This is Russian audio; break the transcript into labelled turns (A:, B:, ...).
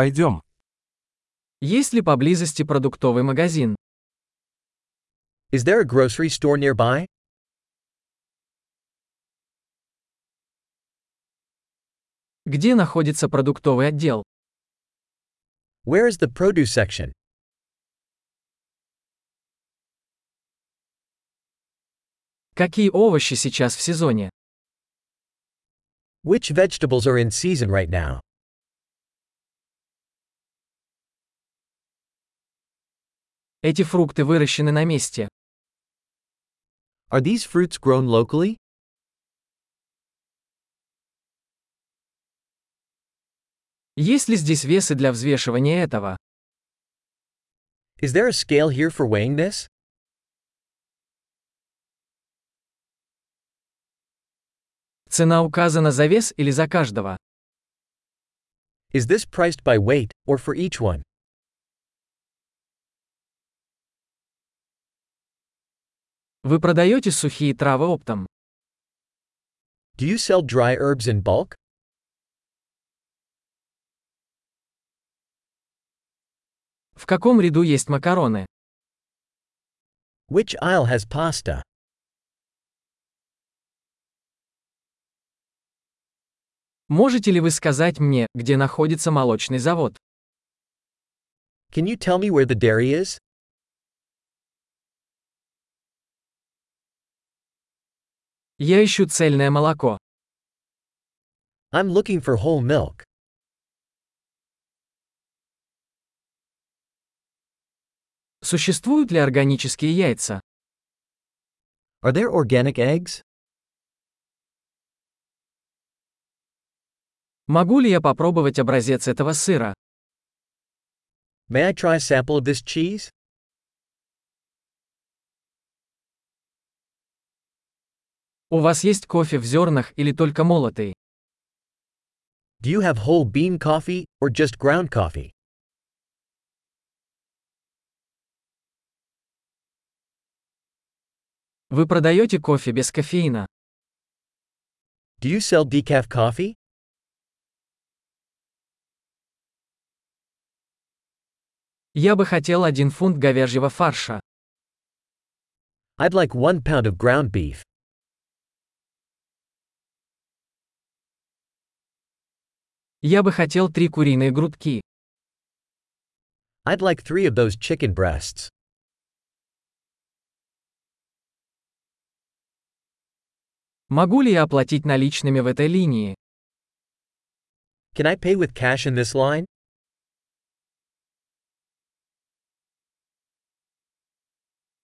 A: Пойдем.
B: Есть ли поблизости продуктовый магазин?
C: Is there a grocery store nearby?
B: Где находится продуктовый отдел?
C: Where is the produce section?
B: Какие овощи сейчас в сезоне?
C: Which vegetables are in season right now?
B: Эти фрукты выращены на месте.
C: Are these fruits grown locally?
B: Есть ли здесь весы для взвешивания этого?
C: Is there a scale here for weighing this?
B: Цена указана за вес или за каждого?
C: Is this priced by weight, or for each one?
B: Вы продаете сухие травы оптом?
C: Do you sell dry herbs in bulk?
B: В каком ряду есть макароны?
C: Which aisle has pasta?
B: Можете ли вы сказать мне, где находится молочный завод?
C: Can you tell me where the dairy is?
B: Я ищу цельное молоко.
C: I'm looking for whole milk.
B: Существуют ли органические яйца?
C: Are there organic eggs?
B: Могу ли я попробовать образец этого сыра?
C: May I try a sample of this cheese?
B: У вас есть кофе в зернах или только молотый?
C: Do you have whole bean coffee, or just ground coffee?
B: Вы продаете кофе без кофеина?
C: Do you sell decaf coffee?
B: Я бы хотел один фунт говяжьего фарша.
C: I'd like one pound of ground beef.
B: Я бы хотел три куриные грудки.
C: I'd like three of those chicken breasts.
B: Могу ли я оплатить наличными в этой линии?
C: Can I pay with cash in this line?